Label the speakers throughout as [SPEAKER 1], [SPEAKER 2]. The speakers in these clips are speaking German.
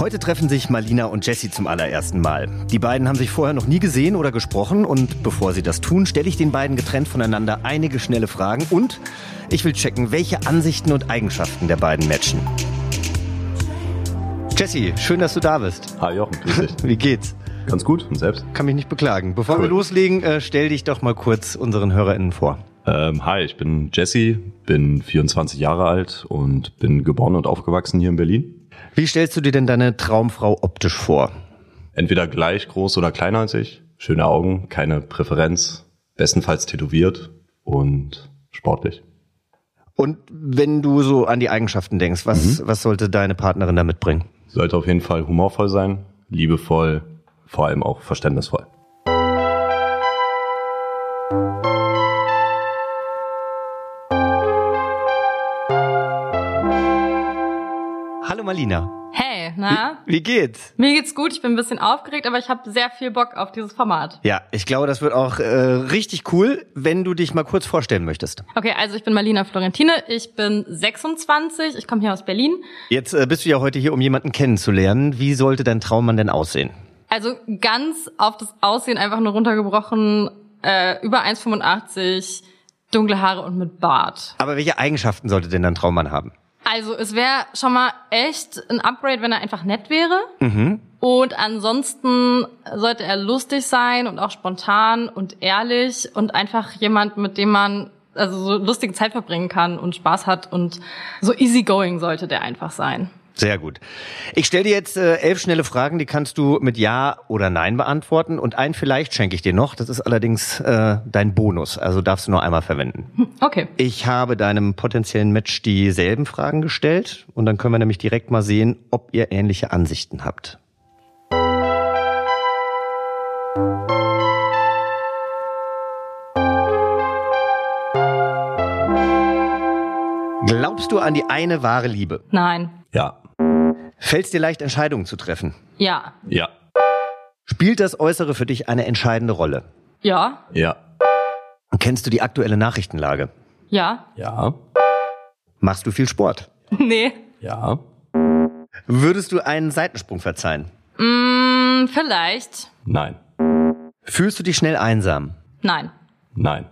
[SPEAKER 1] Heute treffen sich Marlina und Jessie zum allerersten Mal. Die beiden haben sich vorher noch nie gesehen oder gesprochen und bevor sie das tun, stelle ich den beiden getrennt voneinander einige schnelle Fragen und ich will checken, welche Ansichten und Eigenschaften der beiden matchen. Jessie, schön, dass du da bist.
[SPEAKER 2] Hi, Jochen. Grüß dich.
[SPEAKER 1] Wie geht's?
[SPEAKER 2] Ganz gut. Und selbst?
[SPEAKER 1] Kann mich nicht beklagen. Bevor wir loslegen, äh, stell dich doch mal kurz unseren HörerInnen vor.
[SPEAKER 2] Ähm, hi, ich bin Jesse, bin 24 Jahre alt und bin geboren und aufgewachsen hier in Berlin.
[SPEAKER 1] Wie stellst du dir denn deine Traumfrau optisch vor?
[SPEAKER 2] Entweder gleich groß oder kleiner als ich. Schöne Augen, keine Präferenz. Bestenfalls tätowiert und sportlich.
[SPEAKER 1] Und wenn du so an die Eigenschaften denkst, was, was sollte deine Partnerin da mitbringen?
[SPEAKER 2] Sollte auf jeden Fall humorvoll sein, liebevoll, vor allem auch verständnisvoll.
[SPEAKER 1] Hallo Marlina.
[SPEAKER 3] Hey, na?
[SPEAKER 1] Wie geht's?
[SPEAKER 3] Mir geht's gut, ich bin ein bisschen aufgeregt, aber ich habe sehr viel Bock auf dieses Format.
[SPEAKER 1] Ja, ich glaube, das wird auch äh, richtig cool, wenn du dich mal kurz vorstellen möchtest.
[SPEAKER 3] Okay, also ich bin Marlina Florentine, ich bin 26, ich komme hier aus Berlin.
[SPEAKER 1] Jetzt äh, bist du ja heute hier, um jemanden kennenzulernen. Wie sollte dein Traummann denn aussehen?
[SPEAKER 3] Also ganz auf das Aussehen einfach nur runtergebrochen, äh, über 1,85, dunkle Haare und mit Bart.
[SPEAKER 1] Aber welche Eigenschaften sollte denn dein Traummann haben?
[SPEAKER 3] Also es wäre schon mal echt ein Upgrade, wenn er einfach nett wäre. Und ansonsten sollte er lustig sein und auch spontan und ehrlich und einfach jemand, mit dem man also so lustige Zeit verbringen kann und Spaß hat und so easygoing sollte der einfach sein.
[SPEAKER 1] Sehr gut. Ich stelle dir jetzt äh, elf schnelle Fragen, die kannst du mit Ja oder Nein beantworten. Und ein Vielleicht schenke ich dir noch. Das ist allerdings äh, dein Bonus, also darfst du nur einmal verwenden.
[SPEAKER 3] Okay.
[SPEAKER 1] Ich habe deinem potenziellen Match dieselben Fragen gestellt und dann können wir nämlich direkt mal sehen, ob ihr ähnliche Ansichten habt. Glaubst du an die eine wahre Liebe?
[SPEAKER 3] Nein.
[SPEAKER 2] Ja,
[SPEAKER 1] Fällt es dir leicht, Entscheidungen zu treffen?
[SPEAKER 3] Ja.
[SPEAKER 2] ja,
[SPEAKER 1] Spielt das Äußere für dich eine entscheidende Rolle?
[SPEAKER 3] Ja.
[SPEAKER 2] ja,
[SPEAKER 1] Kennst du die aktuelle Nachrichtenlage?
[SPEAKER 3] Ja.
[SPEAKER 2] ja,
[SPEAKER 1] Machst du viel Sport?
[SPEAKER 3] Nee.
[SPEAKER 2] ja,
[SPEAKER 1] Würdest du einen Seitensprung verzeihen?
[SPEAKER 3] Mm, vielleicht.
[SPEAKER 2] nein,
[SPEAKER 1] Fühlst du dich schnell einsam?
[SPEAKER 3] Nein.
[SPEAKER 2] nein,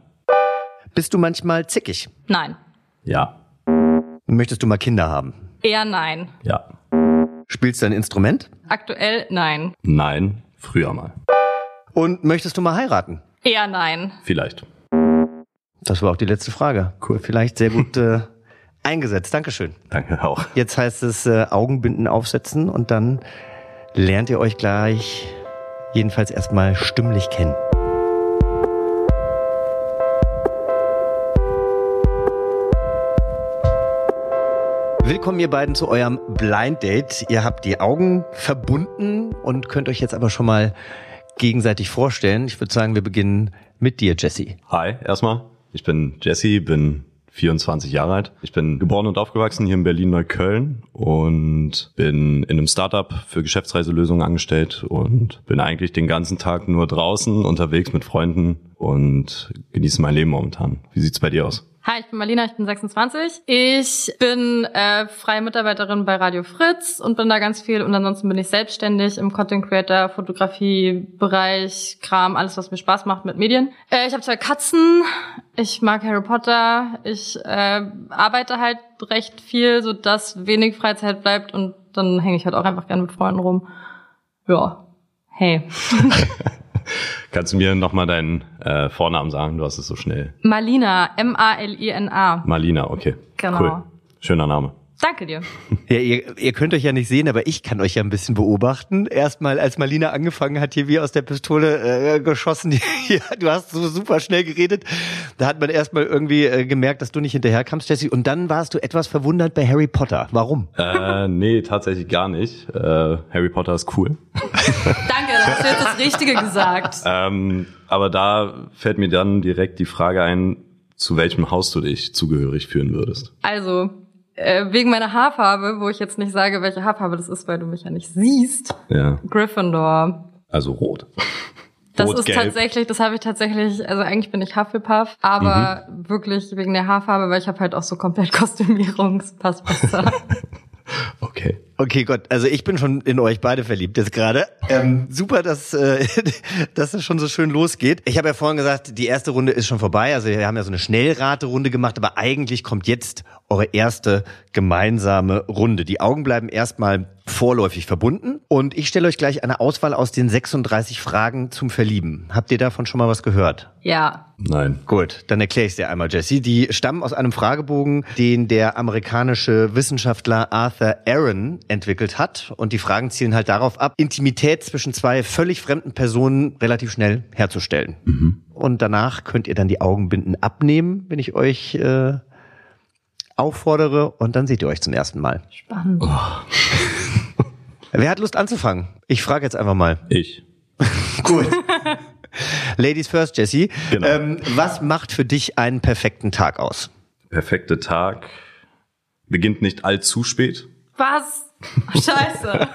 [SPEAKER 1] Bist du manchmal zickig?
[SPEAKER 3] Nein.
[SPEAKER 2] ja,
[SPEAKER 1] Möchtest du mal Kinder haben?
[SPEAKER 3] Eher nein.
[SPEAKER 2] ja,
[SPEAKER 1] Spielst du ein Instrument?
[SPEAKER 3] Aktuell nein.
[SPEAKER 2] nein, früher mal.
[SPEAKER 1] Und möchtest du mal heiraten?
[SPEAKER 3] Eher nein.
[SPEAKER 2] Vielleicht.
[SPEAKER 1] Das war auch die letzte Frage. Cool. Vielleicht sehr gut äh, eingesetzt. Dankeschön.
[SPEAKER 2] Danke auch.
[SPEAKER 1] Jetzt heißt es äh, Augenbinden aufsetzen und dann lernt ihr euch gleich jedenfalls erstmal stimmlich kennen. Willkommen ihr beiden zu eurem Blind Date. Ihr habt die Augen verbunden und könnt euch jetzt aber schon mal gegenseitig vorstellen. Ich würde sagen, wir beginnen mit dir, Jessie.
[SPEAKER 2] Hi, erstmal. Ich bin Jesse, bin 24 Jahre alt. Ich bin geboren und aufgewachsen hier in Berlin-Neukölln und bin in einem Startup für Geschäftsreiselösungen angestellt und bin eigentlich den ganzen Tag nur draußen unterwegs mit Freunden und genieße mein Leben momentan. Wie sieht's bei dir aus?
[SPEAKER 3] Hi, ich bin Marlina, ich bin 26. Ich bin äh, freie Mitarbeiterin bei Radio Fritz und bin da ganz viel und ansonsten bin ich selbstständig im Content Creator, Fotografie, Bereich, Kram, alles, was mir Spaß macht mit Medien. Äh, ich habe zwei Katzen, ich mag Harry Potter, ich äh, arbeite halt recht viel, sodass wenig Freizeit bleibt und dann hänge ich halt auch einfach gerne mit Freunden rum. Ja, Hey.
[SPEAKER 2] Kannst du mir nochmal deinen äh, Vornamen sagen? Du hast es so schnell.
[SPEAKER 3] Malina, M-A-L-I-N-A.
[SPEAKER 2] Marlina, okay.
[SPEAKER 3] Genau.
[SPEAKER 2] Cool. Schöner Name.
[SPEAKER 3] Danke dir.
[SPEAKER 1] Ja, ihr, ihr könnt euch ja nicht sehen, aber ich kann euch ja ein bisschen beobachten. Erstmal, als Marlina angefangen hat, hier wie aus der Pistole äh, geschossen, ja, du hast so super schnell geredet, da hat man erstmal irgendwie äh, gemerkt, dass du nicht hinterherkamst, Jesse. Und dann warst du etwas verwundert bei Harry Potter. Warum?
[SPEAKER 2] Äh, nee, tatsächlich gar nicht. Äh, Harry Potter ist cool.
[SPEAKER 3] Danke, da hast du jetzt das Richtige gesagt.
[SPEAKER 2] Ähm, aber da fällt mir dann direkt die Frage ein, zu welchem Haus du dich zugehörig fühlen würdest.
[SPEAKER 3] Also, äh, wegen meiner Haarfarbe, wo ich jetzt nicht sage, welche Haarfarbe das ist, weil du mich ja nicht siehst.
[SPEAKER 2] Ja,
[SPEAKER 3] Gryffindor.
[SPEAKER 2] also rot.
[SPEAKER 3] Das
[SPEAKER 2] Rot,
[SPEAKER 3] ist
[SPEAKER 2] gelb.
[SPEAKER 3] tatsächlich, das habe ich tatsächlich, also eigentlich bin ich Hufflepuff, aber
[SPEAKER 2] Mhm.
[SPEAKER 3] wirklich wegen der Haarfarbe, weil ich habe halt auch so komplett Kostümierungspassmuster.
[SPEAKER 2] Okay.
[SPEAKER 1] Okay, Gott, also ich bin schon in euch beide verliebt jetzt gerade. Ähm, super, dass, äh, dass es schon so schön losgeht. Ich habe ja vorhin gesagt, die erste Runde ist schon vorbei. Also wir haben ja so eine Schnellraterunde gemacht, aber eigentlich kommt jetzt eure erste gemeinsame Runde. Die Augen bleiben erstmal vorläufig verbunden und ich stelle euch gleich eine Auswahl aus den 36 Fragen zum Verlieben. Habt ihr davon schon mal was gehört?
[SPEAKER 3] ja,
[SPEAKER 2] Nein.
[SPEAKER 1] Gut, dann erkläre ich dir einmal, Jesse. Die stammen aus einem Fragebogen, den der amerikanische Wissenschaftler Arthur Aaron entwickelt hat. Und die Fragen zielen halt darauf ab, Intimität zwischen zwei völlig fremden Personen relativ schnell herzustellen. Und danach könnt ihr dann die Augenbinden abnehmen, wenn ich euch äh, auffordere. Und dann seht ihr euch zum ersten Mal.
[SPEAKER 3] spannend.
[SPEAKER 1] Wer hat Lust anzufangen? Ich frage jetzt einfach mal.
[SPEAKER 2] Ich.
[SPEAKER 1] Gut. Ladies first, Jesse.
[SPEAKER 2] Genau.
[SPEAKER 1] Ähm, was macht für dich einen perfekten Tag aus?
[SPEAKER 2] Perfekte Tag. Beginnt nicht allzu spät.
[SPEAKER 3] Was? Scheiße.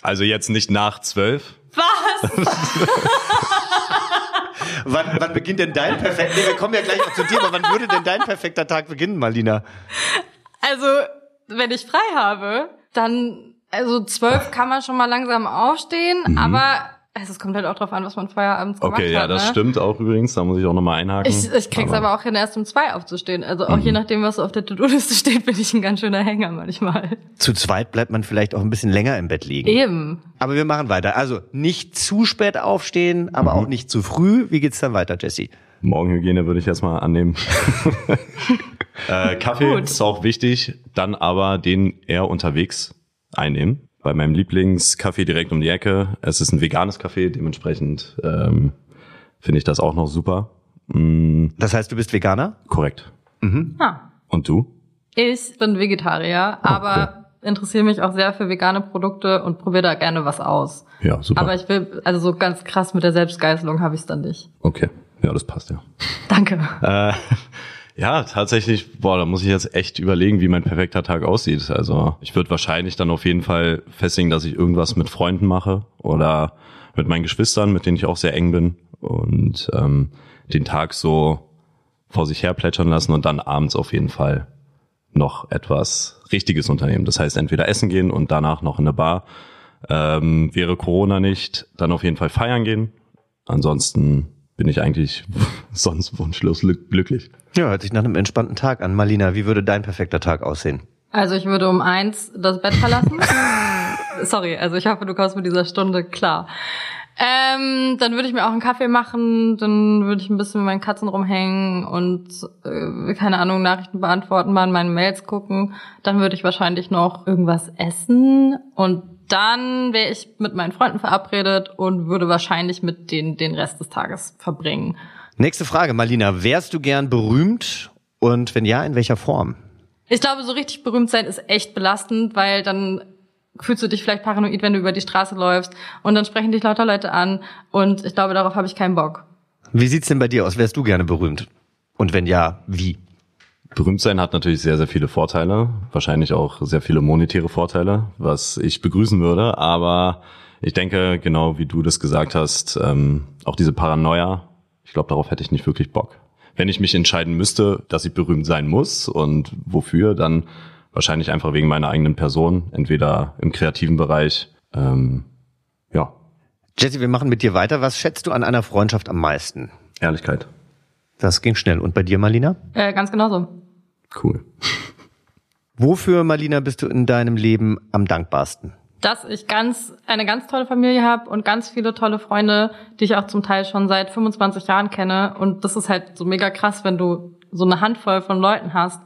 [SPEAKER 2] Also jetzt nicht nach zwölf.
[SPEAKER 3] Was?
[SPEAKER 1] Wann, wann beginnt denn dein perfekter nee, Wir kommen ja gleich noch zu dir, aber wann würde denn dein perfekter Tag beginnen, Marlina?
[SPEAKER 3] Also, wenn ich frei habe, dann, also zwölf kann man schon mal langsam aufstehen, aber es kommt halt auch drauf an, was man vorher abends gemacht
[SPEAKER 2] Mhm. Okay,
[SPEAKER 3] hat.
[SPEAKER 2] ja, das
[SPEAKER 3] ne?
[SPEAKER 2] stimmt auch übrigens. Da muss ich auch nochmal einhaken.
[SPEAKER 3] Ich, ich krieg's aber, auch hin, erst um zwei aufzustehen. Also auch je nachdem, was auf der To-Do-Liste steht, bin ich ein ganz schöner Hänger manchmal.
[SPEAKER 1] Zu zweit bleibt man vielleicht auch ein bisschen länger im Bett liegen.
[SPEAKER 3] Eben.
[SPEAKER 1] Aber wir machen weiter. Also nicht zu spät aufstehen, aber auch nicht zu früh. Wie geht's dann weiter, Jesse?
[SPEAKER 2] Morgenhygiene würde ich erstmal annehmen. äh, Kaffee
[SPEAKER 3] Gut.
[SPEAKER 2] ist auch wichtig, dann aber den eher unterwegs einnehmen. Bei meinem Lieblingskaffee direkt um die Ecke. Es ist ein veganes Kaffee, dementsprechend ähm, finde ich das auch noch super. Mm,
[SPEAKER 1] Das heißt, du bist Veganer?
[SPEAKER 2] korrekt.
[SPEAKER 3] Ja.
[SPEAKER 2] Und du?
[SPEAKER 3] Ah, Ich bin Vegetarier, aber interessiere mich auch sehr für vegane Produkte und probiere da gerne was aus.
[SPEAKER 2] Ja, super.
[SPEAKER 3] Aber ich will, also so ganz krass mit der Selbstgeißelung habe ich es dann nicht.
[SPEAKER 2] okay, ja, das passt ja.
[SPEAKER 3] Danke.
[SPEAKER 2] Äh, ja, tatsächlich, boah, da muss ich jetzt echt überlegen, wie mein perfekter Tag aussieht. Also ich würde wahrscheinlich dann auf jeden Fall festlegen, dass ich irgendwas mit Freunden mache oder mit meinen Geschwistern, mit denen ich auch sehr eng bin und ähm, den Tag so vor sich her plätschern lassen und dann abends auf jeden Fall noch etwas Richtiges unternehmen. Das heißt, entweder essen gehen und danach noch in eine Bar. Ähm, wäre Corona nicht, dann auf jeden Fall feiern gehen. Ansonsten bin ich eigentlich sonst wunschlos glück- glücklich.
[SPEAKER 1] Ja, hört sich nach einem entspannten Tag an. Marlina, wie würde dein perfekter Tag aussehen?
[SPEAKER 3] Also ich würde um eins das Bett verlassen. Sorry, also ich hoffe, du kommst mit dieser Stunde klar. Ähm, dann würde ich mir auch einen Kaffee machen, dann würde ich ein bisschen mit meinen Katzen rumhängen und äh, keine Ahnung, Nachrichten beantworten, mal in meine Mails gucken. Dann würde ich wahrscheinlich noch irgendwas essen und dann wäre ich mit meinen Freunden verabredet und würde wahrscheinlich mit denen den Rest des Tages verbringen.
[SPEAKER 1] Nächste Frage, Marlina. Wärst du gern berühmt? Und wenn ja, in welcher Form?
[SPEAKER 3] Ich glaube, so richtig berühmt sein ist echt belastend, weil dann fühlst du dich vielleicht paranoid, wenn du über die Straße läufst und dann sprechen dich lauter Leute an und ich glaube, darauf habe ich keinen Bock.
[SPEAKER 1] Wie sieht's denn bei dir aus? Wärst du gerne berühmt? Und wenn ja, wie?
[SPEAKER 2] Berühmt sein hat natürlich sehr, sehr viele Vorteile, wahrscheinlich auch sehr viele monetäre Vorteile, was ich begrüßen würde. Aber ich denke, genau wie du das gesagt hast, ähm, auch diese Paranoia, ich glaube, darauf hätte ich nicht wirklich Bock. Wenn ich mich entscheiden müsste, dass ich berühmt sein muss und wofür, dann wahrscheinlich einfach wegen meiner eigenen Person, entweder im kreativen Bereich, ähm, ja,
[SPEAKER 1] Jesse, wir machen mit dir weiter. Was schätzt du an einer Freundschaft am meisten?
[SPEAKER 2] Ehrlichkeit.
[SPEAKER 1] Das ging schnell. Und bei dir, Marlina?
[SPEAKER 3] Äh, ganz genauso.
[SPEAKER 2] Cool.
[SPEAKER 1] Wofür, Marlina, bist du in deinem Leben am dankbarsten?
[SPEAKER 3] dass ich ganz eine ganz tolle Familie habe und ganz viele tolle Freunde, die ich auch zum Teil schon seit 25 Jahren kenne. Und das ist halt so mega krass, wenn du so eine Handvoll von Leuten hast,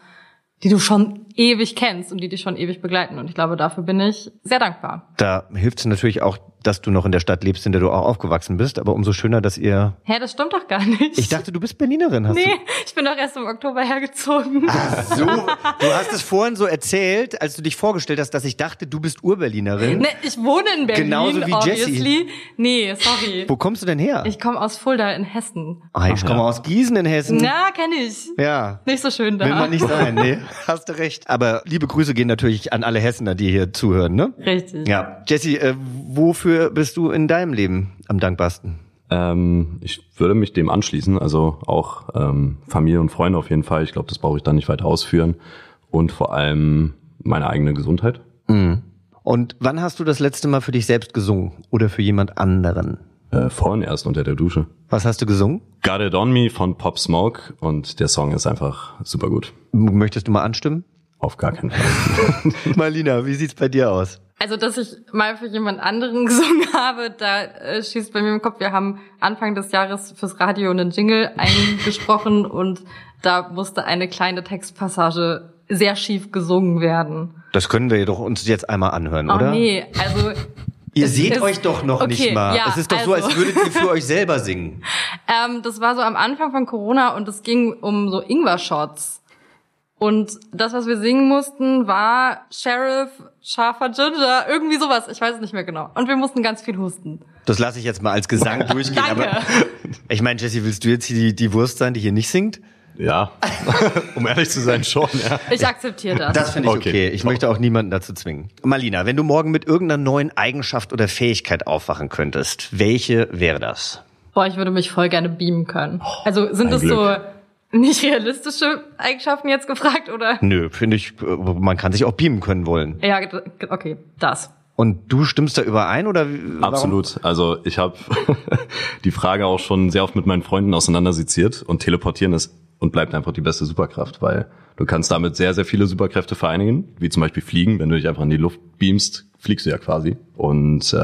[SPEAKER 3] die du schon ewig kennst und die dich schon ewig begleiten. Und ich glaube, dafür bin ich sehr dankbar.
[SPEAKER 1] Da hilft es natürlich auch, dass du noch in der Stadt lebst, in der du auch aufgewachsen bist. Aber umso schöner, dass ihr.
[SPEAKER 3] Hä, das stimmt doch gar nicht.
[SPEAKER 1] Ich dachte, du bist Berlinerin. Hast
[SPEAKER 3] nee,
[SPEAKER 1] du
[SPEAKER 3] ich bin doch erst im Oktober hergezogen.
[SPEAKER 1] So, du hast es vorhin so erzählt, als du dich vorgestellt hast, dass ich dachte, du bist Urberlinerin.
[SPEAKER 3] Ne, ich wohne in Berlin,
[SPEAKER 1] Genauso wie Jessie.
[SPEAKER 3] obviously. Nee, sorry.
[SPEAKER 1] Wo kommst du denn her?
[SPEAKER 3] Ich komme aus Fulda in Hessen.
[SPEAKER 1] Ah, ich komme aus Gießen in Hessen.
[SPEAKER 3] Na, kenne ich.
[SPEAKER 1] Ja.
[SPEAKER 3] Nicht so schön da.
[SPEAKER 1] Will man nicht sein, nee. Hast du recht. Aber liebe Grüße gehen natürlich an alle Hessener, die hier zuhören, ne?
[SPEAKER 3] Richtig.
[SPEAKER 1] Ja. Jesse, äh, wofür bist du in deinem Leben am dankbarsten?
[SPEAKER 2] Ähm, ich würde mich dem anschließen, also auch ähm, Familie und Freunde auf jeden Fall. Ich glaube, das brauche ich dann nicht weiter ausführen. Und vor allem meine eigene Gesundheit.
[SPEAKER 1] Und wann hast du das letzte Mal für dich selbst gesungen oder für jemand anderen?
[SPEAKER 2] Äh, vorhin erst unter der Dusche.
[SPEAKER 1] Was hast du gesungen?
[SPEAKER 2] Got It On Me von Pop Smoke und der Song ist einfach super gut.
[SPEAKER 1] M- Möchtest du mal anstimmen?
[SPEAKER 2] Auf gar keinen Fall.
[SPEAKER 1] Marlina, wie sieht's bei dir aus?
[SPEAKER 3] Also, dass ich mal für jemand anderen gesungen habe, da äh, schießt bei mir im Kopf, wir haben Anfang des Jahres fürs Radio einen Jingle eingesprochen und da musste eine kleine Textpassage sehr schief gesungen werden.
[SPEAKER 1] Das können wir doch uns jetzt einmal anhören,
[SPEAKER 3] Oh
[SPEAKER 1] oder?
[SPEAKER 3] nee, also
[SPEAKER 1] Ihr
[SPEAKER 3] Es
[SPEAKER 1] seht
[SPEAKER 3] ist-
[SPEAKER 1] euch doch noch
[SPEAKER 3] okay,
[SPEAKER 1] nicht mal.
[SPEAKER 3] ja,
[SPEAKER 1] es ist doch so,
[SPEAKER 3] also-
[SPEAKER 1] als würdet ihr für euch selber singen.
[SPEAKER 3] ähm, das war so am Anfang von Corona und es ging um so Ingwer-Shots. Und das, was wir singen mussten, war Sheriff, scharfer Ginger, irgendwie sowas. Ich weiß es nicht mehr genau. Und wir mussten ganz viel husten.
[SPEAKER 1] Das lasse ich jetzt mal als Gesang durchgehen.
[SPEAKER 3] Danke.
[SPEAKER 1] Aber ich meine, Jesse, willst du jetzt hier die, die Wurst sein, die hier nicht singt?
[SPEAKER 2] ja, um ehrlich zu sein, schon. Ja.
[SPEAKER 3] Ich akzeptiere das.
[SPEAKER 1] Das finde ich okay.
[SPEAKER 2] Okay.
[SPEAKER 1] Ich möchte auch niemanden dazu zwingen. Marlina, wenn du morgen mit irgendeiner neuen Eigenschaft oder Fähigkeit aufwachen könntest, welche wäre das?
[SPEAKER 3] Boah, ich würde mich voll gerne beamen können.
[SPEAKER 1] Oh,
[SPEAKER 3] Also sind
[SPEAKER 2] ein
[SPEAKER 3] das
[SPEAKER 2] Glück.
[SPEAKER 3] so nicht realistische Eigenschaften jetzt gefragt oder?
[SPEAKER 1] Nö, finde ich, äh, man kann sich auch beamen können wollen.
[SPEAKER 3] Ja, g- g- okay, das.
[SPEAKER 1] Und du stimmst da überein oder? w- warum?
[SPEAKER 2] Absolut. Also ich habe die Frage auch schon sehr oft mit meinen Freunden auseinandersiziert und teleportieren ist und bleibt einfach die beste Superkraft, weil du kannst damit sehr, sehr viele Superkräfte vereinigen, wie zum Beispiel fliegen. Wenn du dich einfach in die Luft beamst, fliegst du ja quasi. Und äh,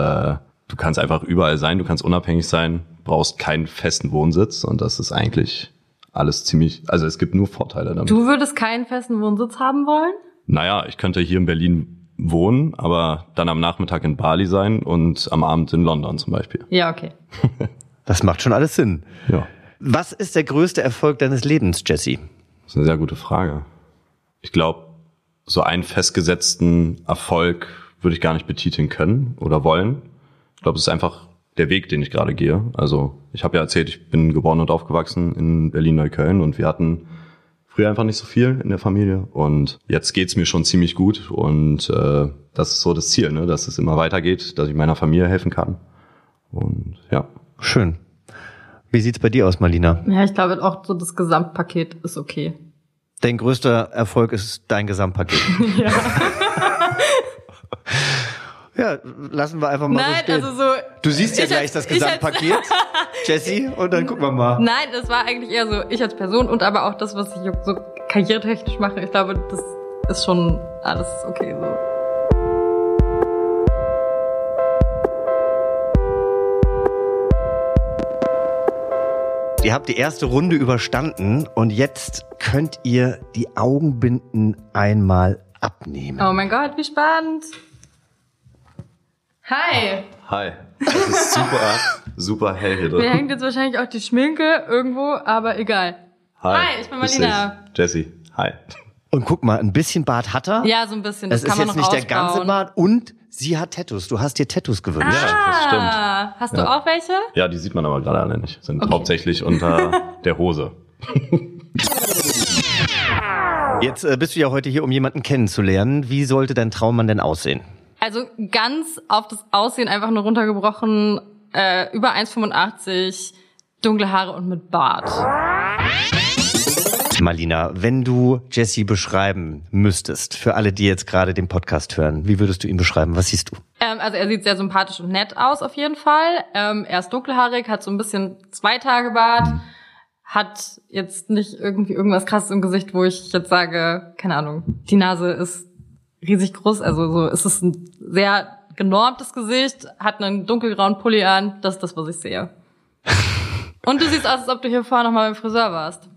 [SPEAKER 2] du kannst einfach überall sein, du kannst unabhängig sein, brauchst keinen festen Wohnsitz und das ist eigentlich alles ziemlich, also es gibt nur Vorteile damit.
[SPEAKER 3] Du würdest keinen festen Wohnsitz haben wollen?
[SPEAKER 2] Naja, ich könnte hier in Berlin wohnen, aber dann am Nachmittag in Bali sein und am Abend in London zum Beispiel.
[SPEAKER 3] Ja, okay.
[SPEAKER 1] Das macht schon alles Sinn.
[SPEAKER 2] Ja.
[SPEAKER 1] Was ist der größte Erfolg deines Lebens, Jesse?
[SPEAKER 2] Das ist eine sehr gute Frage. Ich glaube, so einen festgesetzten Erfolg würde ich gar nicht betiteln können oder wollen. Ich glaube, es ist einfach der Weg, den ich gerade gehe. Also ich habe ja erzählt, ich bin geboren und aufgewachsen in Berlin-Neukölln und wir hatten früher einfach nicht so viel in der Familie und jetzt geht's mir schon ziemlich gut und äh, das ist so das Ziel, ne? dass es immer weitergeht, dass ich meiner Familie helfen kann. Und ja,
[SPEAKER 1] Schön. Wie sieht's bei dir aus, Marlina?
[SPEAKER 3] Ja, ich glaube auch so das Gesamtpaket ist okay.
[SPEAKER 1] Dein größter Erfolg ist dein Gesamtpaket. ja. lassen wir einfach mal so
[SPEAKER 3] Nein,
[SPEAKER 1] stehen.
[SPEAKER 3] also so.
[SPEAKER 1] du siehst ja
[SPEAKER 3] ich
[SPEAKER 1] gleich
[SPEAKER 3] als-
[SPEAKER 1] das
[SPEAKER 3] ich als-
[SPEAKER 1] Gesamtpaket, Jesse, und dann gucken wir mal.
[SPEAKER 3] Nein, das war eigentlich eher so ich als Person und aber auch das, was ich so karrieretechnisch mache. Ich glaube, das ist schon alles okay so.
[SPEAKER 1] Ihr habt die erste Runde überstanden und jetzt könnt ihr die Augenbinden einmal abnehmen.
[SPEAKER 3] Oh mein Gott, wie spannend. Hi.
[SPEAKER 2] hi. Es ist super, super hell hier drin.
[SPEAKER 3] Mir hängt jetzt wahrscheinlich auch die Schminke irgendwo, aber egal. Hi, ich bin
[SPEAKER 2] grüß
[SPEAKER 3] Marlina.
[SPEAKER 2] dich. Jesse, hi.
[SPEAKER 1] Und guck mal, ein bisschen Bart hat er.
[SPEAKER 3] Ja, so ein bisschen. Das,
[SPEAKER 1] das
[SPEAKER 3] kann
[SPEAKER 1] ist jetzt
[SPEAKER 3] man
[SPEAKER 1] nicht
[SPEAKER 3] noch
[SPEAKER 1] der ganze
[SPEAKER 3] ausbauen.
[SPEAKER 1] Bart und sie hat Tattoos. Du hast dir Tattoos gewünscht.
[SPEAKER 2] Ja, das stimmt.
[SPEAKER 3] Ah, hast du
[SPEAKER 2] Ja.
[SPEAKER 3] auch welche?
[SPEAKER 2] Ja, die sieht man aber gerade alle nicht. Sind
[SPEAKER 3] Okay.
[SPEAKER 2] hauptsächlich unter der Hose.
[SPEAKER 1] Jetzt äh, bist du ja heute hier, um jemanden kennenzulernen. Wie sollte dein Traummann denn aussehen?
[SPEAKER 3] Also ganz auf das Aussehen einfach nur runtergebrochen. Äh, über 1,85, dunkle Haare und mit Bart.
[SPEAKER 1] Marlina, wenn du Jesse beschreiben müsstest, für alle, die jetzt gerade den Podcast hören, wie würdest du ihn beschreiben? Was siehst du?
[SPEAKER 3] Ähm, also er sieht sehr sympathisch und nett aus auf jeden Fall. Ähm, er ist dunkelhaarig, hat so ein bisschen Zweitagebart, hat jetzt nicht irgendwie irgendwas krasses im Gesicht, wo ich jetzt sage, keine Ahnung, die Nase ist riesig groß. Also so es ist ein sehr genormtes Gesicht, hat einen dunkelgrauen Pulli an. Das ist das, was ich sehe. Und du siehst aus, als ob du hier vorher nochmal beim Friseur warst.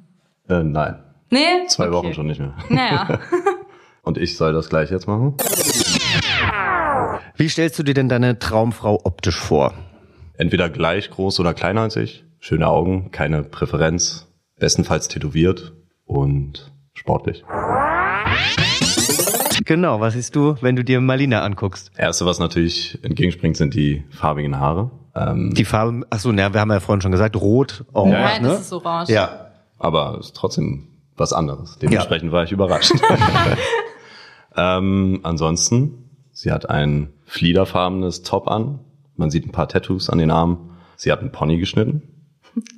[SPEAKER 2] Äh, nein.
[SPEAKER 3] Nee?
[SPEAKER 2] Zwei
[SPEAKER 3] Okay.
[SPEAKER 2] Wochen schon nicht mehr.
[SPEAKER 3] Naja.
[SPEAKER 2] Und ich soll das gleich jetzt machen?
[SPEAKER 1] Wie stellst du dir denn deine Traumfrau optisch vor?
[SPEAKER 2] Entweder gleich groß oder kleiner als ich. Schöne Augen, keine Präferenz. Bestenfalls tätowiert und sportlich.
[SPEAKER 1] Genau, was siehst du, wenn du dir Malina anguckst?
[SPEAKER 2] Erste, was natürlich entgegenspringt, sind die farbigen Haare. Ähm,
[SPEAKER 1] Die Farbe, ach so, na, wir haben ja vorhin schon gesagt, rot, orange,
[SPEAKER 3] Nein,
[SPEAKER 1] ne?
[SPEAKER 3] das ist orange.
[SPEAKER 1] ja.
[SPEAKER 2] aber ist trotzdem was anderes. Dementsprechend war ich überrascht. ähm, ansonsten, sie hat ein fliederfarbenes Top an. Man sieht ein paar Tattoos an den Armen. Sie hat einen Pony geschnitten.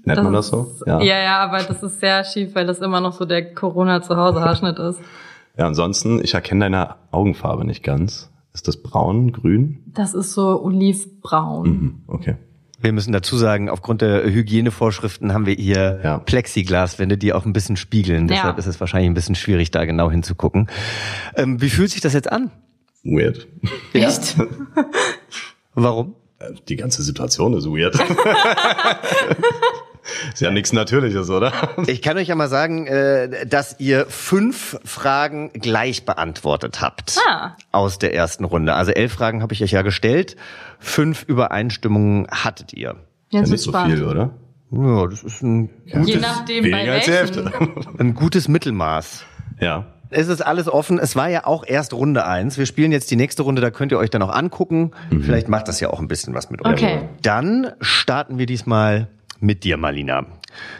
[SPEAKER 2] Nennt man das so?
[SPEAKER 3] ist- Ja. ja, aber das ist sehr schief, weil das immer noch so der Corona-Zuhause-Haarschnitt ist.
[SPEAKER 2] Ja, ansonsten, ich erkenne deine Augenfarbe nicht ganz. Ist das braun, grün?
[SPEAKER 3] Das ist so olivbraun.
[SPEAKER 2] Mhm, Okay.
[SPEAKER 1] Wir müssen dazu sagen, aufgrund der Hygienevorschriften haben wir hier
[SPEAKER 2] Ja.
[SPEAKER 1] Plexiglaswände, die auch ein bisschen spiegeln.
[SPEAKER 3] Ja.
[SPEAKER 1] Deshalb ist es wahrscheinlich ein bisschen schwierig, da genau hinzugucken. Ähm, wie fühlt sich das jetzt an?
[SPEAKER 2] Weird.
[SPEAKER 3] Echt?
[SPEAKER 1] Warum?
[SPEAKER 2] Äh, Die ganze Situation ist weird. ist ja nichts Natürliches, oder?
[SPEAKER 1] Ich kann euch ja mal sagen, äh, dass ihr fünf Fragen gleich beantwortet habt
[SPEAKER 3] Ah.
[SPEAKER 1] aus der ersten Runde. Also elf Fragen habe ich euch ja gestellt. Fünf Übereinstimmungen hattet ihr.
[SPEAKER 2] Ja,
[SPEAKER 3] Jetzt
[SPEAKER 2] nicht
[SPEAKER 3] wird's
[SPEAKER 2] so
[SPEAKER 3] spannend.
[SPEAKER 2] viel, oder?
[SPEAKER 1] Ja, das ist ein,
[SPEAKER 3] Je nachdem, bei
[SPEAKER 2] Weniger als die
[SPEAKER 3] welchen.
[SPEAKER 2] Hälfte.
[SPEAKER 1] ein gutes Mittelmaß.
[SPEAKER 2] Ja.
[SPEAKER 1] Es ist alles offen. Es war ja auch erst Runde eins. Wir spielen jetzt die nächste Runde, da könnt ihr euch dann auch angucken. Vielleicht macht das ja auch ein bisschen was mit euch.
[SPEAKER 3] Okay.
[SPEAKER 1] Dann starten wir diesmal mit dir, Marlina.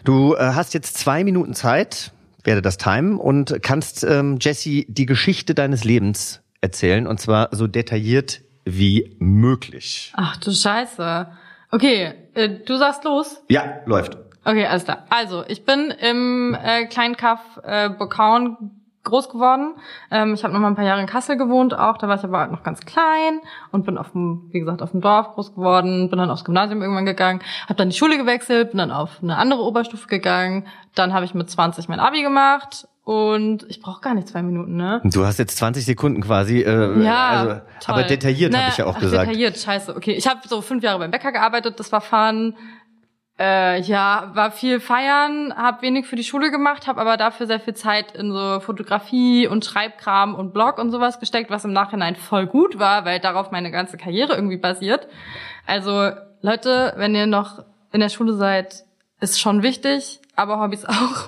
[SPEAKER 1] Du äh, hast jetzt zwei Minuten Zeit, werde das timen und kannst ähm, Jesse die Geschichte deines Lebens erzählen und zwar so detailliert wie möglich.
[SPEAKER 3] Ach du Scheiße. Okay, äh, du sagst los.
[SPEAKER 1] Ja, läuft.
[SPEAKER 3] Okay, alles klar. Also, ich bin im äh, kleinen Kaff äh, Burkauen groß geworden. Ähm, ich habe noch mal ein paar Jahre in Kassel gewohnt auch. Da war ich aber noch ganz klein und bin auf dem, wie gesagt, auf dem Dorf groß geworden. Bin dann aufs Gymnasium irgendwann gegangen, habe dann die Schule gewechselt, bin dann auf eine andere Oberstufe gegangen. Dann habe ich mit 20 mein Abi gemacht und ich brauche gar nicht zwei Minuten, ne?
[SPEAKER 1] Du hast jetzt 20 Sekunden quasi. Äh,
[SPEAKER 3] Ja,
[SPEAKER 1] also,
[SPEAKER 3] toll.
[SPEAKER 1] aber detailliert
[SPEAKER 3] Naja,
[SPEAKER 1] habe ich ja auch
[SPEAKER 3] ach,
[SPEAKER 1] gesagt.
[SPEAKER 3] Detailliert, scheiße. Okay, ich habe so fünf Jahre beim Bäcker gearbeitet, das war fun. Äh, ja, war viel feiern, habe wenig für die Schule gemacht, habe aber dafür sehr viel Zeit in so Fotografie und Schreibkram und Blog und sowas gesteckt, was im Nachhinein voll gut war, weil darauf meine ganze Karriere irgendwie basiert. Also Leute, wenn ihr noch in der Schule seid, ist schon wichtig, aber Hobbys auch.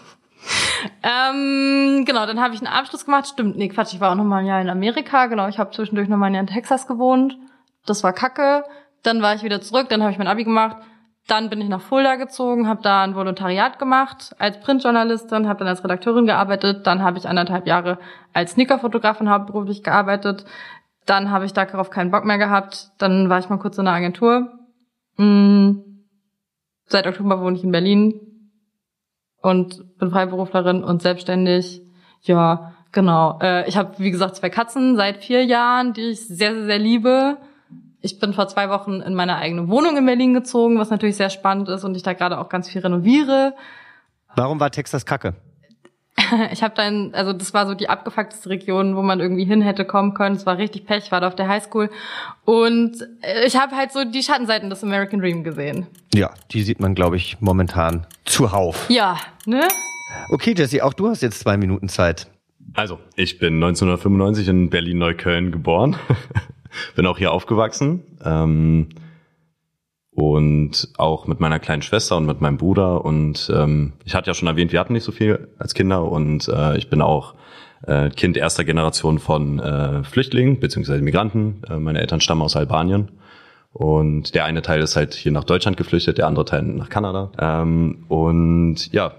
[SPEAKER 3] Ähm, genau, dann habe ich einen Abschluss gemacht. Stimmt, nee, Quatsch, ich war auch noch mal ein Jahr in Amerika. Genau, ich habe zwischendurch noch mal ein Jahr in Texas gewohnt. Das war kacke. Dann war ich wieder zurück, dann habe ich mein Abi gemacht. Dann bin ich nach Fulda gezogen, habe da ein Volontariat gemacht als Printjournalistin, habe dann als Redakteurin gearbeitet. Dann habe ich anderthalb Jahre als Sneakerfotografin hauptberuflich gearbeitet. Dann habe ich darauf keinen Bock mehr gehabt. Dann war ich mal kurz in einer Agentur. Mm, Seit Oktober wohne ich in Berlin und bin Freiberuflerin und selbstständig. Ja, genau. Äh, ich habe, wie gesagt, zwei Katzen seit vier Jahren, die ich sehr, sehr, sehr liebe. Ich bin vor zwei Wochen in meine eigene Wohnung in Berlin gezogen, was natürlich sehr spannend ist und ich da gerade auch ganz viel renoviere.
[SPEAKER 1] Warum war Texas Kacke?
[SPEAKER 3] Ich habe dann, also das war so die abgefuckteste Region, wo man irgendwie hin hätte kommen können. Es war richtig Pech, war da auf der Highschool. Und äh, ich habe halt so die Schattenseiten des American Dream gesehen.
[SPEAKER 1] Ja, die sieht man, glaube ich, momentan zuhauf.
[SPEAKER 3] Ja, ne?
[SPEAKER 1] Okay, Jesse, auch du hast jetzt zwei Minuten Zeit.
[SPEAKER 2] Also, ich bin 1995 in Berlin-Neukölln geboren. bin auch hier aufgewachsen. Ähm, und auch mit meiner kleinen Schwester und mit meinem Bruder. Und ähm, ich hatte ja schon erwähnt, wir hatten nicht so viel als Kinder. Und äh, ich bin auch äh, Kind erster Generation von äh, Flüchtlingen beziehungsweise Migranten. Äh, meine Eltern stammen aus Albanien. Und der eine Teil ist halt hier nach Deutschland geflüchtet, der andere Teil nach Kanada. Ähm, und ja,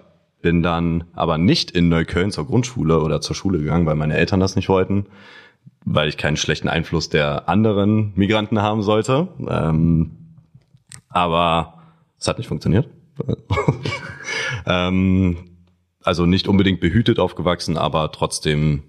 [SPEAKER 2] bin dann aber nicht in Neukölln zur Grundschule oder zur Schule gegangen, weil meine Eltern das nicht wollten, weil ich keinen schlechten Einfluss der anderen Migranten haben sollte. Ähm, aber es hat nicht funktioniert. ähm, also nicht unbedingt behütet aufgewachsen, aber trotzdem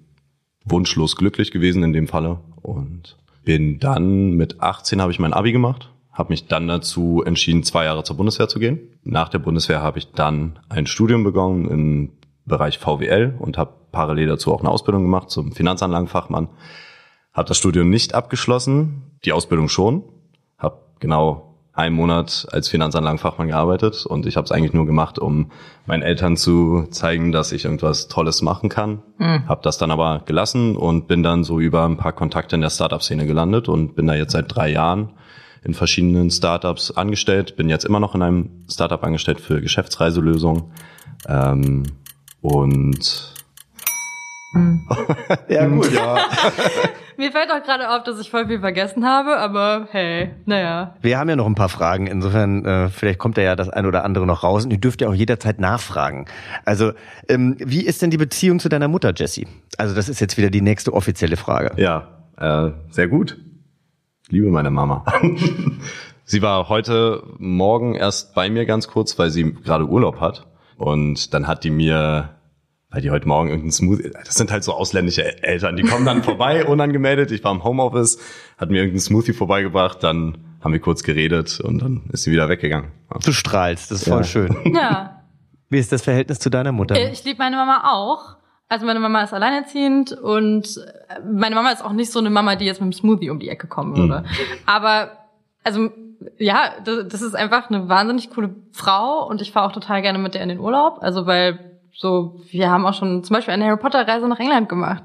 [SPEAKER 2] wunschlos glücklich gewesen in dem Falle und bin dann mit 18 habe ich mein Abi gemacht, habe mich dann dazu entschieden, zwei Jahre zur Bundeswehr zu gehen. Nach der Bundeswehr habe ich dann ein Studium begonnen im Bereich VWL und habe parallel dazu auch eine Ausbildung gemacht zum Finanzanlagenfachmann. Habe das Studium nicht abgeschlossen, die Ausbildung schon. Habe genau einen Monat als Finanzanlagenfachmann gearbeitet und ich habe es eigentlich nur gemacht, um meinen Eltern zu zeigen, dass ich irgendwas Tolles machen kann. Hab Habe das dann aber gelassen und bin dann so über ein paar Kontakte in der Startup-Szene gelandet und bin da jetzt seit drei Jahren in verschiedenen Startups angestellt. Bin jetzt immer noch in einem Startup angestellt für Geschäftsreiselösungen. Ähm, und
[SPEAKER 1] Ja, gut.
[SPEAKER 3] Mir fällt auch gerade auf, dass ich voll viel vergessen habe, aber hey, naja.
[SPEAKER 1] Wir haben ja noch ein paar Fragen. Insofern, äh, vielleicht kommt da ja das ein oder andere noch raus. Und ihr dürft ja auch jederzeit nachfragen. Also, ähm, wie ist denn die Beziehung zu deiner Mutter, Jessie? Also, das ist jetzt wieder die nächste offizielle Frage.
[SPEAKER 2] Ja, äh, sehr gut. Liebe meine Mama. sie war heute Morgen erst bei mir ganz kurz, weil sie gerade Urlaub hat. Und dann hat die mir, weil die heute Morgen irgendeinen Smoothie, das sind halt so ausländische El- Eltern, die kommen dann vorbei, unangemeldet. Ich war im Homeoffice, hat mir irgendeinen Smoothie vorbeigebracht, dann haben wir kurz geredet und dann ist sie wieder weggegangen. Ja.
[SPEAKER 1] Du strahlst, das ist voll
[SPEAKER 2] Ja.
[SPEAKER 1] schön.
[SPEAKER 3] Ja.
[SPEAKER 1] Wie ist das Verhältnis zu deiner Mutter?
[SPEAKER 3] Äh, Ich liebe meine Mama auch. Also meine Mama ist alleinerziehend und äh, meine Mama ist auch nicht so eine Mama, die jetzt mit dem Smoothie um die Ecke kommen
[SPEAKER 1] Hm.
[SPEAKER 3] würde. Aber also ja, das, das ist einfach eine wahnsinnig coole Frau und ich fahre auch total gerne mit der in den Urlaub. Also weil so, wir haben auch schon zum Beispiel eine Harry Potter Reise nach England gemacht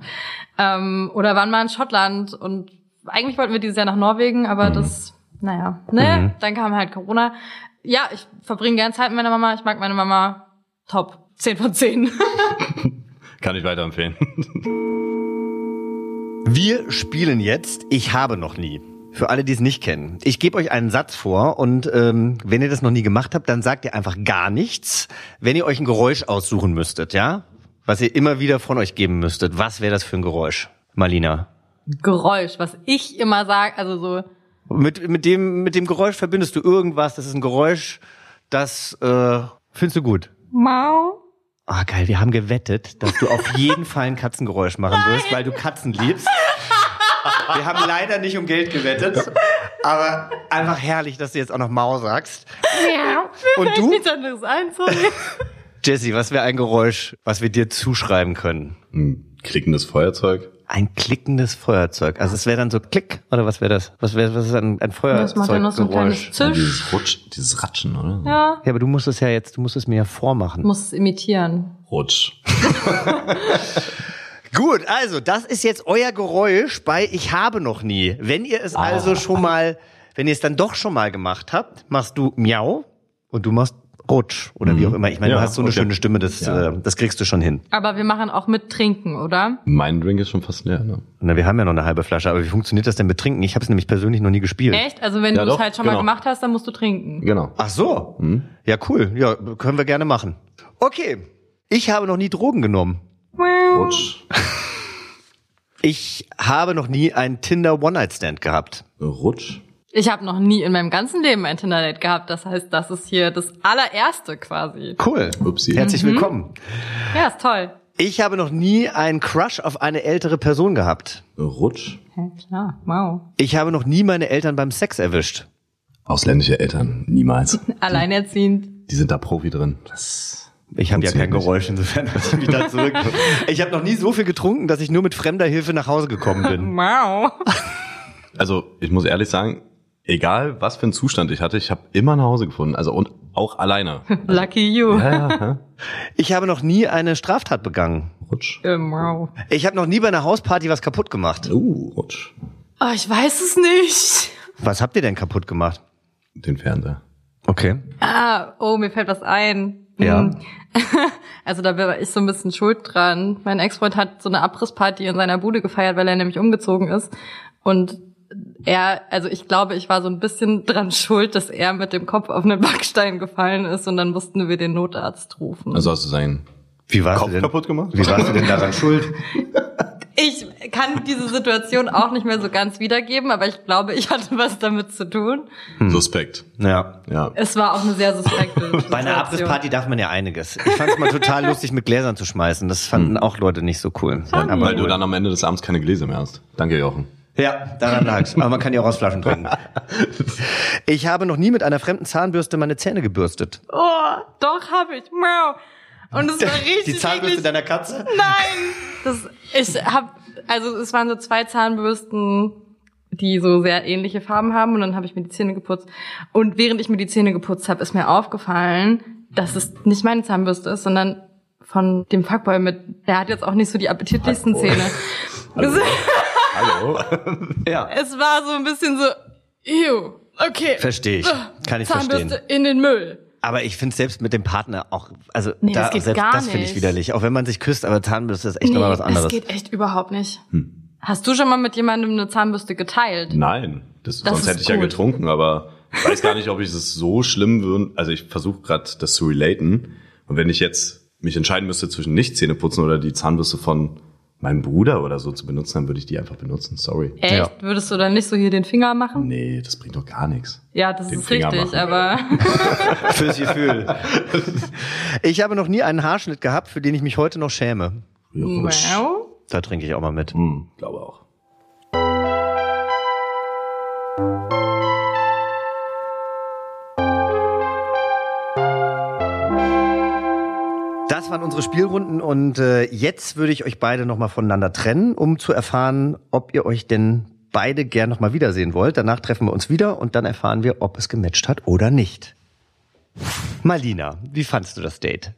[SPEAKER 3] ähm, oder waren mal in Schottland und eigentlich wollten wir dieses Jahr nach Norwegen, aber das, naja, ne,
[SPEAKER 1] Mhm.
[SPEAKER 3] dann kam halt Corona. Ja, ich verbringe gerne Zeit mit meiner Mama. Ich mag meine Mama top. 10 von 10.
[SPEAKER 2] Kann ich weiterempfehlen.
[SPEAKER 1] Wir spielen jetzt Ich habe noch nie. Für alle, die es nicht kennen. Ich gebe euch einen Satz vor und ähm, wenn ihr das noch nie gemacht habt, dann sagt ihr einfach gar nichts. Wenn ihr euch ein Geräusch aussuchen müsstet, ja? Was ihr immer wieder von euch geben müsstet. Was wäre das für ein Geräusch? Marlina.
[SPEAKER 3] Geräusch, was ich immer sage, also so,
[SPEAKER 1] Mit, mit, dem, mit dem Geräusch verbindest du irgendwas. Das ist ein Geräusch, das äh, findest du gut.
[SPEAKER 3] mau.
[SPEAKER 1] Ah, geil, wir haben gewettet, dass du auf jeden Fall ein Katzengeräusch machen wirst, weil du Katzen liebst. Wir haben leider nicht um Geld gewettet, aber einfach herrlich, dass du jetzt auch noch Mau sagst. Und du,
[SPEAKER 3] Nichts anderes ein, sorry.
[SPEAKER 1] Jesse, was wäre ein Geräusch, was wir dir zuschreiben können?
[SPEAKER 2] Ein klickendes Feuerzeug.
[SPEAKER 1] Ein klickendes Feuerzeug. Also es wäre dann so Klick, oder was wäre das? Was wäre was ist ein, ein Feuerzeuggeräusch?
[SPEAKER 3] Zisch.
[SPEAKER 2] Dieses Rutsch, dieses Ratschen, oder?
[SPEAKER 3] Ja.
[SPEAKER 1] Ja, aber du musst es ja jetzt, du musst es mir ja vormachen.
[SPEAKER 3] Muss es imitieren.
[SPEAKER 2] Rutsch.
[SPEAKER 1] Gut, also das ist jetzt euer Geräusch bei Ich habe noch nie. Wenn ihr es
[SPEAKER 2] Ah.
[SPEAKER 1] also schon mal, wenn ihr es dann doch schon mal gemacht habt, machst du Miau und du machst Rutsch oder wie auch immer. Ich meine,
[SPEAKER 2] Mhm. Ja,
[SPEAKER 1] du hast so eine
[SPEAKER 2] okay.
[SPEAKER 1] schöne Stimme, das,
[SPEAKER 2] Ja.
[SPEAKER 1] äh, das kriegst du schon hin.
[SPEAKER 3] Aber wir machen auch mit Trinken, oder?
[SPEAKER 2] Mein Drink ist schon fast leer, ne?
[SPEAKER 1] Na, wir haben ja noch eine halbe Flasche, aber wie funktioniert das denn mit Trinken? Ich habe es nämlich persönlich noch nie gespielt.
[SPEAKER 3] Echt? Also wenn
[SPEAKER 2] Ja,
[SPEAKER 3] du es
[SPEAKER 2] doch,
[SPEAKER 3] halt schon mal
[SPEAKER 2] genau.
[SPEAKER 3] gemacht hast, dann musst du trinken.
[SPEAKER 2] Genau.
[SPEAKER 1] Ach so. Ja, cool. Ja, können wir gerne machen. Okay. Ich habe noch nie Drogen genommen.
[SPEAKER 2] Rutsch.
[SPEAKER 1] Ich habe noch nie einen Tinder One-Night-Stand gehabt.
[SPEAKER 2] Rutsch.
[SPEAKER 3] Ich habe noch nie in meinem ganzen Leben ein Tinder-Date gehabt. Das heißt, das ist hier das allererste quasi.
[SPEAKER 1] Cool.
[SPEAKER 2] Upsi.
[SPEAKER 1] Herzlich willkommen.
[SPEAKER 3] Ja, ist toll.
[SPEAKER 1] Ich habe noch nie einen Crush auf eine ältere Person gehabt.
[SPEAKER 2] Rutsch.
[SPEAKER 3] Ja, klar. Wow.
[SPEAKER 1] Ich habe noch nie meine Eltern beim Sex erwischt.
[SPEAKER 2] Ausländische Eltern, niemals.
[SPEAKER 3] Alleinerziehend.
[SPEAKER 2] Die sind da Profi drin. Das
[SPEAKER 1] Ich habe ja kein
[SPEAKER 2] Funktioniert
[SPEAKER 1] Geräusch, insofern lasse ich mich da zurück. Ich habe noch nie so viel getrunken, dass ich nur mit fremder Hilfe nach Hause gekommen bin.
[SPEAKER 3] Wow.
[SPEAKER 2] nicht. Also ich muss ehrlich sagen, egal was für einen Zustand ich hatte, ich habe immer nach Hause gefunden. Also und auch alleine.
[SPEAKER 3] Lucky you.
[SPEAKER 2] Ja, ja, ja.
[SPEAKER 1] Ich habe noch nie eine Straftat begangen.
[SPEAKER 2] Rutsch.
[SPEAKER 3] Ähm, wow.
[SPEAKER 1] Ich habe noch nie bei einer Hausparty was kaputt gemacht.
[SPEAKER 2] Uh, Rutsch.
[SPEAKER 3] Oh, ich weiß es nicht.
[SPEAKER 1] Was habt ihr denn kaputt gemacht?
[SPEAKER 2] Den Fernseher.
[SPEAKER 1] Okay.
[SPEAKER 3] Ah, oh, mir fällt was ein. Hm.
[SPEAKER 1] Ja.
[SPEAKER 3] Also da war ich so ein bisschen schuld dran. Mein Ex-Freund hat so eine Abrissparty in seiner Bude gefeiert, weil er nämlich umgezogen ist. Und er, also ich glaube, ich war so ein bisschen dran schuld, dass er mit dem Kopf auf einen Backstein gefallen ist und dann mussten wir den Notarzt rufen.
[SPEAKER 2] Also hast du seinen
[SPEAKER 1] Wie warst
[SPEAKER 2] Kopf
[SPEAKER 1] du denn?
[SPEAKER 2] kaputt gemacht?
[SPEAKER 1] Wie warst du denn daran schuld?
[SPEAKER 3] Ich kann diese Situation auch nicht mehr so ganz wiedergeben, aber ich glaube, ich hatte was damit zu tun.
[SPEAKER 2] Suspekt.
[SPEAKER 1] Ja.
[SPEAKER 2] Ja.
[SPEAKER 3] Es war auch eine sehr suspekte Situation.
[SPEAKER 1] Bei einer Abrissparty darf man ja einiges. Ich fand es mal total lustig, mit Gläsern zu schmeißen. Das
[SPEAKER 2] Hm.
[SPEAKER 1] fanden auch Leute nicht so cool. Ja, aber
[SPEAKER 2] Weil du dann am Ende des Abends keine Gläser mehr hast. Danke, Jochen.
[SPEAKER 1] Ja, daran lag's. Aber man kann ja auch aus Flaschen trinken. Ich habe noch nie mit einer fremden Zahnbürste meine Zähne gebürstet.
[SPEAKER 3] Oh, doch habe ich. Miau. Und es war richtig
[SPEAKER 1] Die Zahnbürste
[SPEAKER 3] eklig.
[SPEAKER 1] deiner Katze?
[SPEAKER 3] Nein! Das, ich hab, also es waren so zwei Zahnbürsten, die so sehr ähnliche Farben haben und dann habe ich mir die Zähne geputzt. Und während ich mir die Zähne geputzt habe, ist mir aufgefallen, dass es nicht meine Zahnbürste ist, sondern von dem Fuckboy mit, der hat jetzt auch nicht so die appetitlichsten
[SPEAKER 2] Fuckboy.
[SPEAKER 3] Zähne.
[SPEAKER 1] Also
[SPEAKER 2] Hallo. Hallo.
[SPEAKER 1] Ja.
[SPEAKER 3] Es war so ein bisschen so, ew, okay.
[SPEAKER 1] Verstehe ich. Kann ich
[SPEAKER 3] Zahnbürste
[SPEAKER 1] verstehen.
[SPEAKER 3] in den Müll.
[SPEAKER 1] Aber ich finde selbst mit dem Partner auch, also
[SPEAKER 3] Nee,
[SPEAKER 1] da,
[SPEAKER 3] das geht
[SPEAKER 1] selbst
[SPEAKER 3] gar
[SPEAKER 1] das finde ich
[SPEAKER 3] nicht.
[SPEAKER 1] widerlich. Auch wenn man sich küsst, aber Zahnbürste ist echt nochmal was
[SPEAKER 3] das
[SPEAKER 1] anderes.
[SPEAKER 3] geht echt überhaupt nicht.
[SPEAKER 2] Hm.
[SPEAKER 3] Hast du schon mal mit jemandem eine Zahnbürste geteilt?
[SPEAKER 2] Nein, das,
[SPEAKER 3] Das
[SPEAKER 2] sonst
[SPEAKER 3] ist
[SPEAKER 2] hätte ich ja
[SPEAKER 3] gut.
[SPEAKER 2] getrunken, aber ich weiß gar nicht, ob ich es so schlimm würde. Also ich versuche gerade das zu relaten. Und wenn ich jetzt mich entscheiden müsste zwischen nicht Zähne putzen oder die Zahnbürste von meinem Bruder oder so zu benutzen, dann würde ich die einfach benutzen. Sorry.
[SPEAKER 3] Echt?
[SPEAKER 1] Ja.
[SPEAKER 3] Würdest du dann nicht so hier den Finger machen?
[SPEAKER 2] Nee, das bringt doch gar nichts.
[SPEAKER 3] Ja, das
[SPEAKER 2] Den
[SPEAKER 3] ist
[SPEAKER 2] Finger
[SPEAKER 3] richtig,
[SPEAKER 2] machen.
[SPEAKER 3] aber
[SPEAKER 1] Fürs Gefühl. ich habe noch nie einen Haarschnitt gehabt, für den ich mich heute noch schäme.
[SPEAKER 3] wow.
[SPEAKER 1] Da trinke ich auch mal mit.
[SPEAKER 2] Hm, glaube auch.
[SPEAKER 1] Das waren unsere Spielrunden und äh, jetzt würde ich euch beide nochmal voneinander trennen, um zu erfahren, ob ihr euch denn beide gern nochmal wiedersehen wollt. Danach treffen wir uns wieder und dann erfahren wir, ob es gematcht hat oder nicht. Marlina, wie fandst du das Date?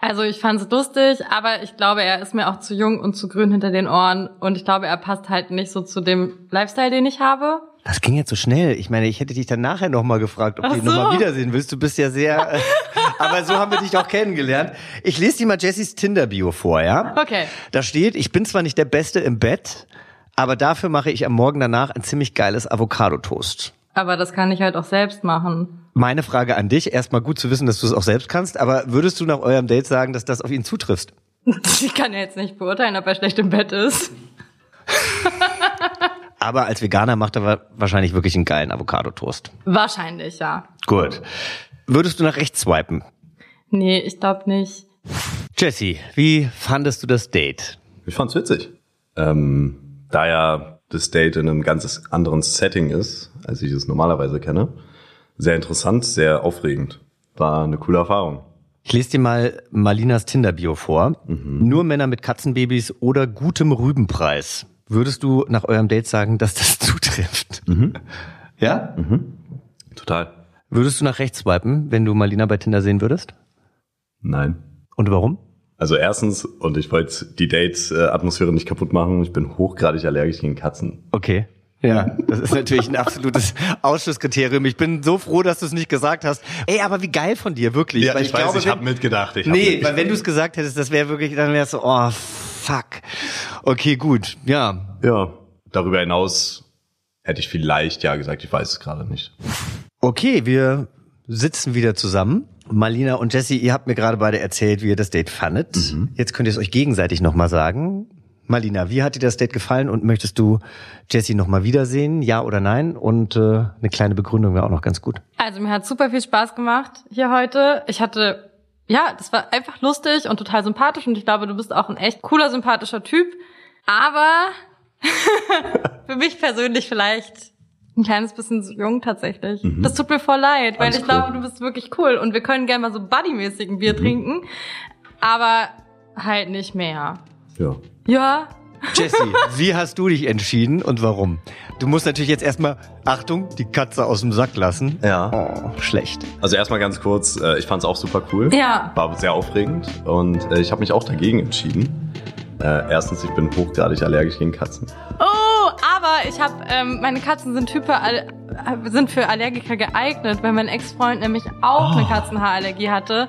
[SPEAKER 3] Also ich fand es lustig, aber ich glaube, er ist mir auch zu jung und zu grün hinter den Ohren und ich glaube, er passt halt nicht so zu dem Lifestyle, den ich habe.
[SPEAKER 1] Das ging jetzt so schnell. Ich meine, ich hätte dich dann nachher nochmal gefragt, ob
[SPEAKER 3] Ach
[SPEAKER 1] du ihn
[SPEAKER 3] so.
[SPEAKER 1] nochmal wiedersehen willst. Du bist ja sehr... Äh, aber so haben wir dich auch kennengelernt. Ich lese dir mal Jessys Tinder-Bio vor, ja?
[SPEAKER 3] Okay.
[SPEAKER 1] Da steht, ich bin zwar nicht der Beste im Bett, aber dafür mache ich am Morgen danach ein ziemlich geiles Avocado-Toast.
[SPEAKER 3] Aber das kann ich halt auch selbst machen.
[SPEAKER 1] Meine Frage an dich, erstmal gut zu wissen, dass du es auch selbst kannst, aber würdest du nach eurem Date sagen, dass das auf ihn zutrifft?
[SPEAKER 3] Ich kann ja jetzt nicht beurteilen, ob er schlecht im Bett ist.
[SPEAKER 1] Aber als Veganer macht er wa- wahrscheinlich wirklich einen geilen Avocado-Toast.
[SPEAKER 3] Wahrscheinlich, ja.
[SPEAKER 1] Gut. Würdest du nach rechts swipen?
[SPEAKER 3] Nee, ich glaube nicht.
[SPEAKER 1] Jesse, wie fandest du das Date?
[SPEAKER 2] Ich fand's witzig. Ähm, da ja das Date in einem ganz anderen Setting ist, als ich es normalerweise kenne, sehr interessant, sehr aufregend. War eine coole Erfahrung.
[SPEAKER 1] Ich lese dir mal Marlinas Tinder-Bio vor. Nur Männer mit Katzenbabys oder gutem Rübenpreis. Würdest du nach eurem Date sagen, dass das zutrifft? Ja?
[SPEAKER 2] Total.
[SPEAKER 1] Würdest du nach rechts swipen, wenn du Marlina bei Tinder sehen würdest?
[SPEAKER 2] Nein.
[SPEAKER 1] Und warum?
[SPEAKER 2] Also erstens, und ich wollte die Date-Atmosphäre nicht kaputt machen, ich bin hochgradig allergisch gegen Katzen.
[SPEAKER 1] Okay. Ja, das ist natürlich ein absolutes Ausschlusskriterium. Ich bin so froh, dass du es nicht gesagt hast. Ey, aber wie geil von dir, wirklich. weil ich, glaube, wenn,
[SPEAKER 2] hab mitgedacht. Ich hab
[SPEAKER 1] Nee,
[SPEAKER 2] mit-
[SPEAKER 1] weil wenn du es gesagt hättest, das wäre wirklich, dann wärst du, oh, fuck. Okay, gut, ja.
[SPEAKER 2] ja, darüber hinaus hätte ich vielleicht ja gesagt, ich weiß es gerade nicht.
[SPEAKER 1] Okay, wir sitzen wieder zusammen. Marlina und Jesse, ihr habt mir gerade beide erzählt, wie ihr das Date fandet. Jetzt könnt ihr es euch gegenseitig nochmal sagen. Marlina, wie hat dir das Date gefallen und möchtest du Jesse nochmal wiedersehen, ja oder nein? Und äh, eine kleine Begründung wäre auch noch ganz gut.
[SPEAKER 3] Also mir hat super viel Spaß gemacht hier heute. Ich hatte, ja, das war einfach lustig und total sympathisch und ich glaube, du bist auch ein echt cooler, sympathischer Typ. Aber für mich persönlich vielleicht ein kleines bisschen zu jung tatsächlich. Das tut mir voll leid, weil
[SPEAKER 2] Mhm. Alles cool.
[SPEAKER 3] ich
[SPEAKER 2] Mhm.
[SPEAKER 3] glaube, du bist wirklich cool und wir können gerne mal so buddymäßigen Bier trinken, aber halt nicht mehr.
[SPEAKER 2] Ja.
[SPEAKER 3] Ja,
[SPEAKER 1] Jesse, wie hast du dich entschieden und warum? Du musst natürlich jetzt erstmal, Achtung, die Katze aus dem Sack lassen.
[SPEAKER 2] Ja.
[SPEAKER 1] Oh, schlecht.
[SPEAKER 2] Also erstmal ganz kurz, äh, ich fand es auch super cool.
[SPEAKER 3] Ja.
[SPEAKER 2] War sehr aufregend und äh, ich habe mich auch dagegen entschieden. Äh, erstens, ich bin hochgradig allergisch gegen Katzen.
[SPEAKER 3] Oh, aber ich habe, ähm, meine Katzen sind, type, all- äh, sind für Allergiker geeignet, weil mein Ex-Freund nämlich auch eine Katzenhaarallergie hatte.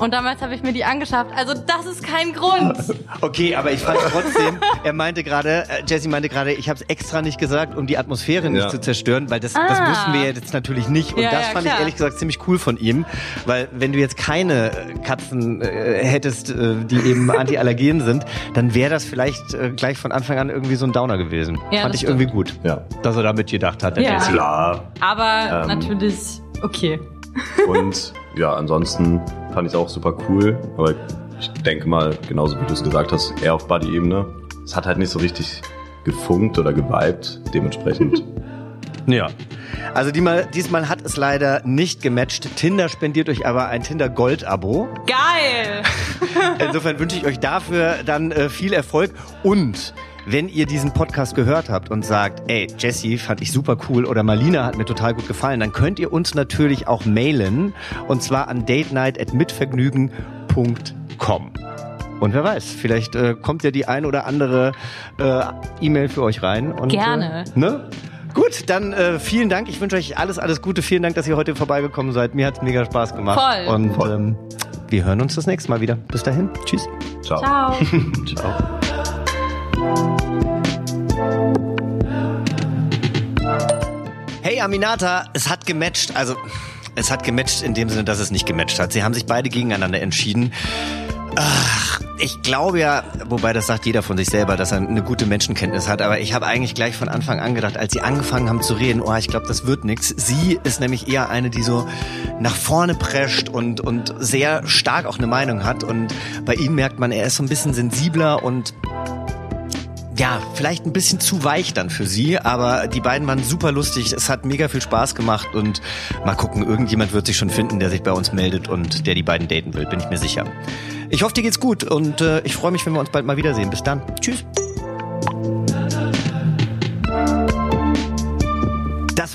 [SPEAKER 3] Und damals habe ich mir die angeschafft. Also das ist kein Grund.
[SPEAKER 1] Okay, aber ich fand trotzdem, er meinte gerade, äh, Jesse meinte gerade, ich habe es extra nicht gesagt, um die Atmosphäre nicht
[SPEAKER 2] Ja.
[SPEAKER 1] zu zerstören, weil das, das
[SPEAKER 3] Ah.
[SPEAKER 1] wussten wir jetzt natürlich nicht. Und
[SPEAKER 3] Ja,
[SPEAKER 1] das
[SPEAKER 3] ja,
[SPEAKER 1] fand
[SPEAKER 3] klar.
[SPEAKER 1] ich ehrlich gesagt ziemlich cool von ihm, weil wenn du jetzt keine äh, Katzen äh, hättest, äh, die eben Antiallergen sind, dann wäre das vielleicht äh, gleich von Anfang an irgendwie so ein Downer gewesen.
[SPEAKER 3] Ja,
[SPEAKER 1] fand
[SPEAKER 3] das
[SPEAKER 1] ich irgendwie gut,
[SPEAKER 2] Ja.
[SPEAKER 1] dass er da mitgedacht hat, der
[SPEAKER 3] Ja.
[SPEAKER 1] Jesse.
[SPEAKER 2] Klar.
[SPEAKER 3] Aber
[SPEAKER 2] Ähm.
[SPEAKER 3] natürlich, okay.
[SPEAKER 2] Und ja, ansonsten fand ich es auch super cool. Aber ich denke mal, genauso wie du es gesagt hast, eher auf Buddy-Ebene. Es hat halt nicht so richtig gefunkt oder geweibt. Dementsprechend
[SPEAKER 1] Ja. Also diesmal, diesmal hat es leider nicht gematcht. Tinder spendiert euch aber ein Tinder Gold Abo.
[SPEAKER 3] Geil!
[SPEAKER 1] Insofern wünsche ich euch dafür dann äh, viel Erfolg und wenn ihr diesen Podcast gehört habt und sagt, ey, Jessie fand ich super cool oder Marlina hat mir total gut gefallen, dann könnt ihr uns natürlich auch mailen und zwar an datenight@mitvergnügen.com. Und wer weiß, vielleicht äh, kommt ja die ein oder andere äh, E-Mail für euch rein. Und,
[SPEAKER 4] Gerne.
[SPEAKER 1] Äh, ne? Gut, dann äh, vielen Dank. Ich wünsche euch alles, alles Gute. Vielen Dank, dass ihr heute vorbeigekommen seid. Mir hat es mega Spaß gemacht.
[SPEAKER 3] Voll.
[SPEAKER 1] Und Ähm, wir hören uns das nächste Mal wieder. Bis dahin. Tschüss.
[SPEAKER 2] Ciao.
[SPEAKER 3] Ciao!
[SPEAKER 1] Ciao. Hey Aminata, es hat gematcht. Also, es hat gematcht in dem Sinne, dass es nicht gematcht hat. Sie haben sich beide gegeneinander entschieden. Ach, ich glaube ja, wobei das sagt jeder von sich selber, dass er eine gute Menschenkenntnis hat, aber ich habe eigentlich gleich von Anfang an gedacht, als sie angefangen haben zu reden, oh, ich glaube, das wird nix. Sie ist nämlich eher eine, die so nach vorne prescht und, und sehr stark auch eine Meinung hat und bei ihm merkt man, er ist so ein bisschen sensibler und ja, vielleicht ein bisschen zu weich dann für sie, aber die beiden waren super lustig. Es hat mega viel Spaß gemacht und mal gucken, irgendjemand wird sich schon finden, der sich bei uns meldet und der die beiden daten will, bin ich mir sicher. Ich hoffe, dir geht's gut und äh, ich freue mich, wenn wir uns bald mal wiedersehen. Bis dann. Tschüss. Das